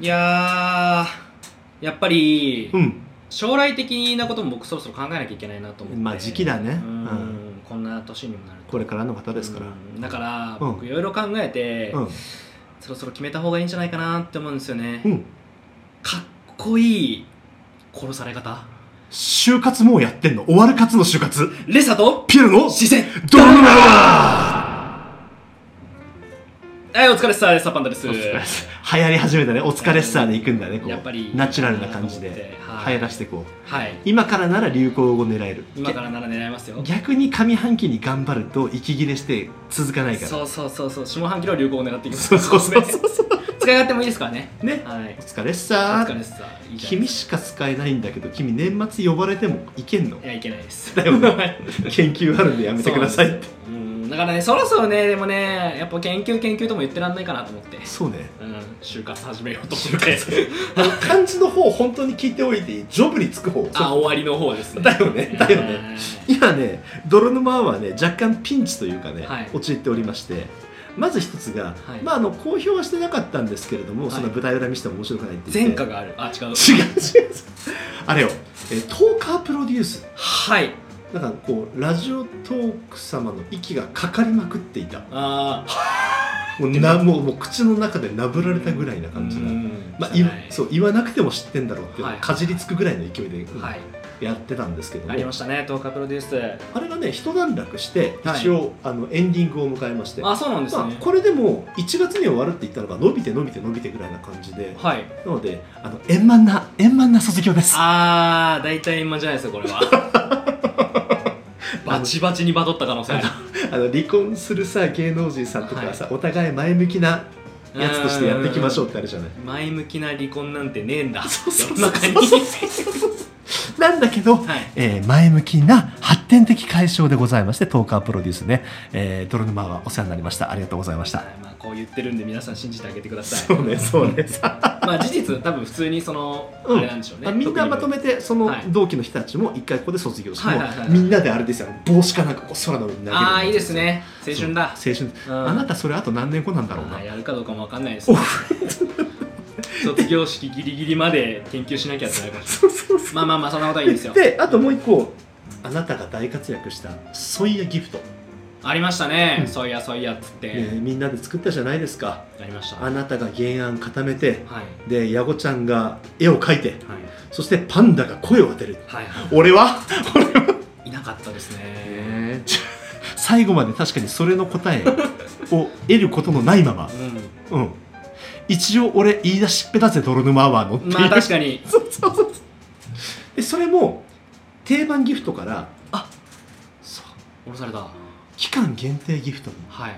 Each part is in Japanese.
いやーやっぱり、うん将来的なことも僕そろそろ考えなきゃいけないなと思ってまあ時期だねうんうんこんな年にもなるとこれからの方ですからうんだからうん僕いろいろ考えて、うんそろそろ決めた方がいいんじゃないかなって思うんですよね、うんかっこいい殺され方就活もうやってんの終わる活の就活レサとピエロの視線ドロナワはいお疲れっすレサパンダですーお疲れっす流行り始めたねお疲れっさーで行くんだねこうやっぱりナチュラルな感じいいなと思でってはい流行らせてこうはい今からなら流行語狙える今からなら狙いますよ逆に上半期に頑張ると息切れして続かないからそうそうそうそう下半期の流行を狙っていきますそうそうそうそう使い勝手もいいですからねねはいお疲れっおさ疲れーっすいいじゃない君しか使えないんだけど君年末呼ばれてもいけ んのいやいけないですだよね研究あるんでやめてくださいってそうなんですようんだからねそろそろねでもねやっぱ研究研究とも言ってらんないかなと思ってそうねうん就活始めようと思ってあの漢字の方本当に聞いておいてジョブにつく方あ終わりの方ですねだよねだよねは今ね泥沼アワーね若干ピンチというかね、はい陥っておりましてまず一つが、はいまああの公表はしてなかったんですけれども、はいその舞台裏見せても面白くないってい言って前科があるあ違う違う違うあれよえートーカープロデュースはいなんかこうラジオトーク様の息がかかりまくっていたあもうなもうもう口の中でなぶられたぐらいなあ感じが、まあ、いいそう言わなくても知ってんだろうって、はいかじりつくぐらいの勢いではいやってたんですけども、ありましたね東華プロデューあれがね一段落してはい一応、あのエンディングを迎えましてスあそうなんですまあね、これでも1月に終わるって言ったのが伸びて伸びて伸びてぐらいな感じではいなのであの円満な円満な卒業ですああ大体今じゃないですかこれ はバチバチにバトった可能性あるあの離婚するさ芸能人さんとかさ、お互い前向きなやつとしてやっていきましょうってあるじゃない前向きな離婚なんてねえんだそうそう世の中にそう なんだけど、はいえー前向きな発展的解消でございましてトーカープロデュースね、えー、泥沼はお世話になりましたありがとうございましたまあこう言ってるんで皆さん信じてあげてくださいそうねそうねさ まあ事実多分普通にそのあうんれなんでしょうね、あみんなまとめめてそのはい同期の人たちも一回ここで卒業して、はいはいはいはいもうみんなであれですよ帽子かなんかこう空の上に投げるああいいですね青春だそう青春、うんあなたそれあと何年後なんだろうなあーやるかどうかもわかんないです、ね、卒業式ギリギリまで研究しなきゃってなるかもしれ そうそうそないまあまあまあそんなことはいいんですよであともう一個あなたが大活躍したソイヤギフト、ありましたね、うんそういやそういやっつって、えーみんなで作ったじゃないですかありましたあはいなたが原案固めてはいでヤゴちゃんが絵を描いてはいそしてパンダが声を当てるは俺は俺は、いいなかったですねえーちょ 最後まで確かにそれの答えを得ることのないままううん一応俺言い出しっぺだぜ泥沼アワーのっていんうまあ確かに そうそうそうでそれも定番ギフトからあそう降ろされた期間限定ギフトのはい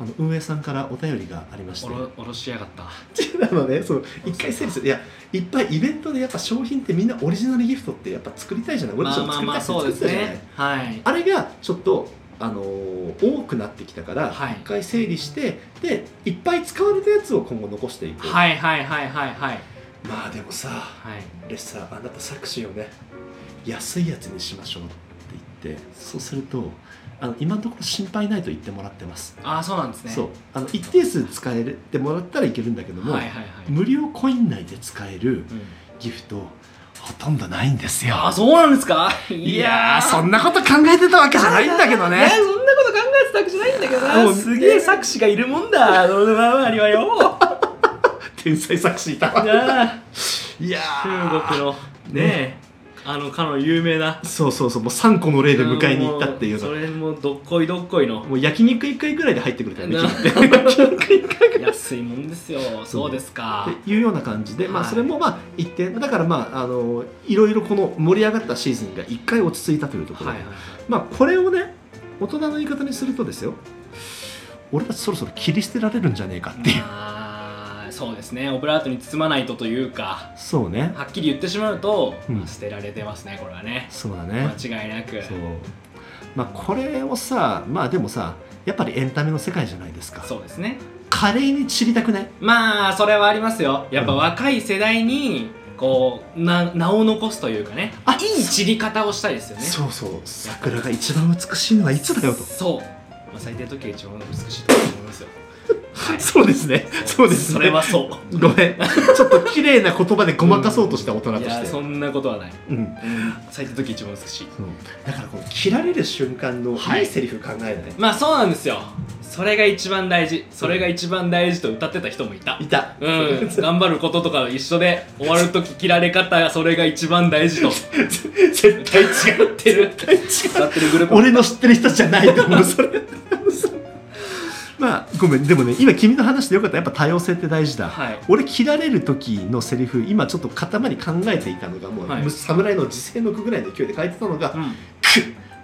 あの運営さんからお便りがありましておろおろしやがった なのでそう一回整理するいやいっぱいイベントでやっぱ商品ってみんなオリジナルギフトってやっぱ作りたいじゃない俺またちあもまあ作りまあたいってそう作っですてたじゃない、ねはいあれがちょっとあのー多くなってきたから、はい一回整理してでいっぱい使われたやつを今後残していく、はいはいはいはいはいまあでもさはいレッサーあなた作詞をね安いやつにしましょうって言ってそうするとあの今のところ心配ないと言ってもらってます、ああそうなんですねそうあの一定数使えてもらったらいけるんだけども、はいはいはい、無料コイン内で使えるうんギフトほとんどないんですよああそうなんですかいいやーそなんなこと考えてたわけじゃないんだけどいやそねんなこと考えてたわけじゃないんだけどあーなもうすげえ作詞がいるもんだドルママには よ天才作詞いたわなあいやー中国のねえあのかの有名なそうそうそうもう3個の例で迎えに行ったっていうそのれもどっこいどっこいのもう焼肉1回ぐらいで入ってくれたよねな君って安いもんですよそうですかっていうような感じで、まあ、はいそれもまあ一定だからまああのいろいろこの盛り上がったシーズンが一回落ち着いたというところ、はいはいはいまあこれをね大人の言い方にするとですよ俺たちそろそろ切り捨てられるんじゃねえかっていう、まあそうですねオブラートに包まないとというかそうねはっきり言ってしまうと、うんまあ捨てられてますねこれはねそうだね間違いなくそうまあこれをさまあでもさやっぱりエンタメの世界じゃないですかそうですね華麗に散りたくないまあそれはありますよやっぱうん若い世代にこうな名を残すというかねあいい散り方をしたいですよねそうそう桜が一番美しいのはいつだよとそう、まあ、最低時計一番美しいと思いますよそうですね そうですねそれはそうごめんちょっと綺麗な言葉でごまかそうとした大人といしやて、そんなことはない、うん咲いた時一番美しいだからこの切られる瞬間のはいいいセリフ考えない、まあそうなんですよそれが一番大事それが一番大事と歌ってた人もいたい、たうん、頑張ることとか一緒で終わる時切られ方がそれが一番大事と 絶対違うてる絶対違歌うってるグループも俺の知ってる人じゃないと思うそれまあごめんでもね今君の話でよかったやっぱ多様性って大事だ、はい俺切られる時のセリフ今ちょっと頭に考えていたのがもう、はい侍の時世の句ぐらいの勢いで書いてたのが、うん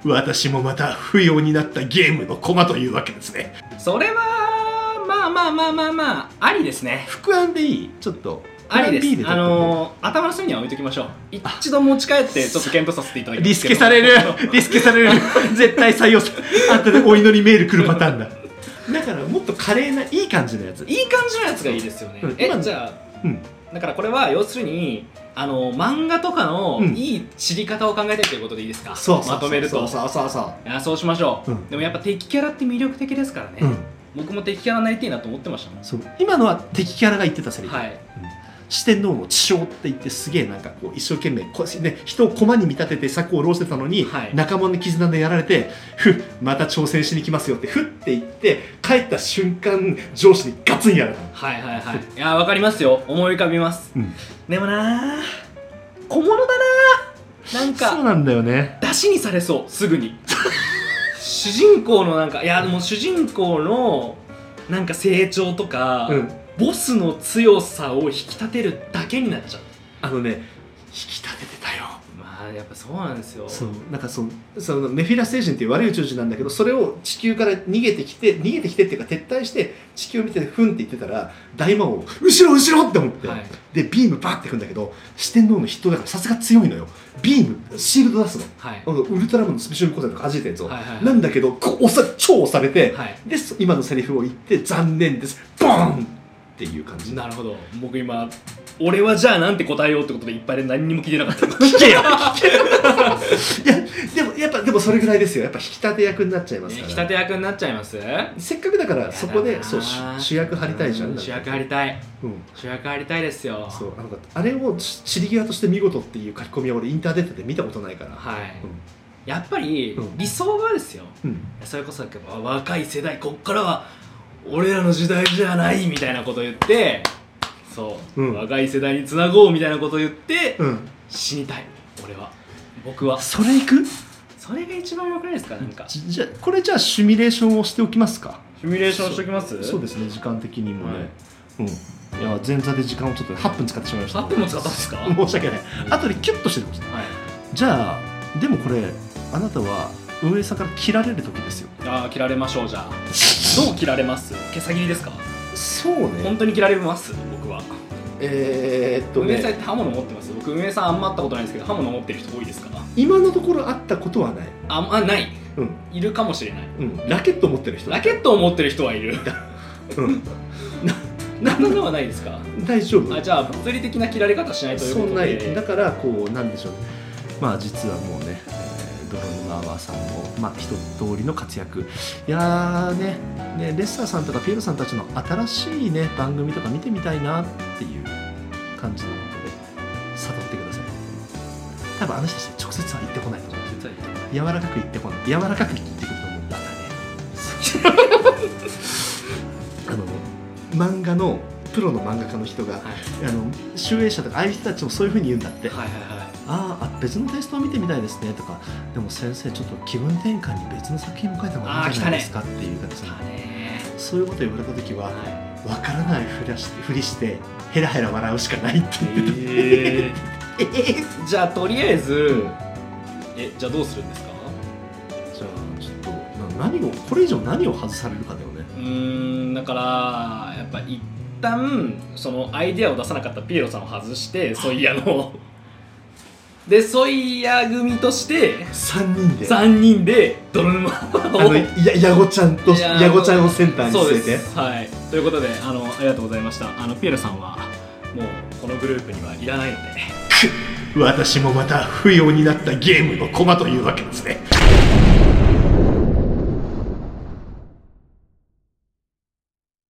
く私もまた不要になったゲームの駒というわけですねそれはまあまあまあまあまあありですね副案でいいちょっとありですプラン B ちょあっとのー、頭の隅には置いときましょう一度持ち帰ってちょっと検討させていただきますリスケされるリスケされる 絶対採用さあんたでお祈りメール来るパターンだだからもっと華麗ないい感じのやつ いい感じのやつがいいですよね、うんえ今のじゃあうんだからこれは要するにあの漫画とかのうんいい知り方を考えてるということでいいですか、そうそうそうまとめるとそうそうそうそうあそうしましょう、うんでもやっぱ敵キャラって魅力的ですからね、うん、僕も敵キャラになりたいなと思ってましたもんそう今のは敵キャラが言ってたセリフ、はい四天王の地匠って言ってすげえなんかこう一生懸命こう、ね、人を駒に見立てて策を下ろしてたのに、はい仲間の絆でやられてふっまた挑戦しに来ますよってふって言って帰った瞬間上司にガツンやられたの、はいはいはいいやわかりますよ思い浮かびますでもなあ小物だなあなんそうかなんだよね出しにされそうすぐに 主人公のなんかいやでも主人公のなんか成長とか、うんボスの強さを引き立てるだけになっちゃうあのね引き立ててたよまあやっぱそうなんですよそうなんかそのそのメフィラス星人っていう悪い宇宙人なんだけどそれを地球から逃げてきて逃げてきてっていうか撤退して地球を見てふんって言ってたら大魔王後ろ後ろって思って、はいでビームバーってくんだけど四天王の筆頭だからさすが強いのよビームシールド出すのはいあのウルトラマンのスペシャルコーナーとか弾いたやつを、はいはいはいなんだけどこう押さ超押されて、はいでそ今のセリフを言って残念ですボーンっていう感じなるほど僕今俺はじゃあなんて答えようってことでいっぱいで何にも聞いてなかった 聞けよ聞けよいやでもやっぱでもそれぐらいですよやっぱ引き立て役になっちゃいます引かきら立て役になっちゃいますせっかくだからそやこだでなそう主主役張りたいじゃんう主役張りたいうん主役張りたいですよそうあのあれをち散り際として見事っていう書き込みは俺インターネットで見たことないから、はい、うんやっぱりうん理想はですよ、うん、それこそやっぱ若い世代こっからは俺らの時代じゃないみたいなこと言ってそう、うん若い世代につなごうみたいなこと言って、うん、死にたい俺は僕はそれいくそれが一番良くないですかなんかシじじゃこれじゃあシミュレーションをしておきますかミュレーションししとときますそうでですね時間的にもね、はいうんいや前座で時間をちょっと8分使ってしまいました8分も使ったんですかはい 申し訳ない後でキュッとしてましたじゃあでもこれあなたは運営さんから切られる時ですよああ切られましょうじゃあどう切られます毛先ですかそう本当に切られます僕はえー、っと運営さんっねて刃物持ってます僕運営さんあんま会ったことないんですけど刃物持ってる人多いですか今のところあったことはないあんまないうんいるかもしれないうんラケット持ってる人ラケットを持ってる人はいるうんな何ではないですか大丈夫あじゃあ物理的な切られ方しないというそこんとなでだからこうなんでしょうねまあ実はもうね、えードロンマーワーさんも、まあ、一通りの活躍いやーねねレッサーさんとかピエロさんたちの新しいね番組とか見てみたいなっていう感じのことで悟ってください多分あの人たち直接は言ってこないと思う実は言って柔らかく言ってこない柔らかく言ってくると思うんだあのね漫画のプロの漫画家の人がはいあの集英社とかああいう人たちもそういうふうに言うんだって、はい はいはいあーあ別のテストを見てみたいですねとかでも先生ちょっと気分転換に別の作品も書いた方がいいんじゃないですかっていう感じでだねそういうこと言われた時はは分からないふりしてふりしてヘラヘラ笑うしかないっていいう、ええー、ーじゃあとりあえずえじゃあどうするんですかじゃあちょっとな何をこれ以上何を外されるかだよねうーんだからやっぱ一旦そのアイデアを出さなかったピエロさんを外してソイヤの でソイヤ組として3人で3人でドルマあのをややごちゃんといやーやごちゃんをセンターにそう据でえてすはいということであのありがとうございましたあのピエロさんはもうこのグループにはいらないので私もまた不要になったゲームの駒というわけですね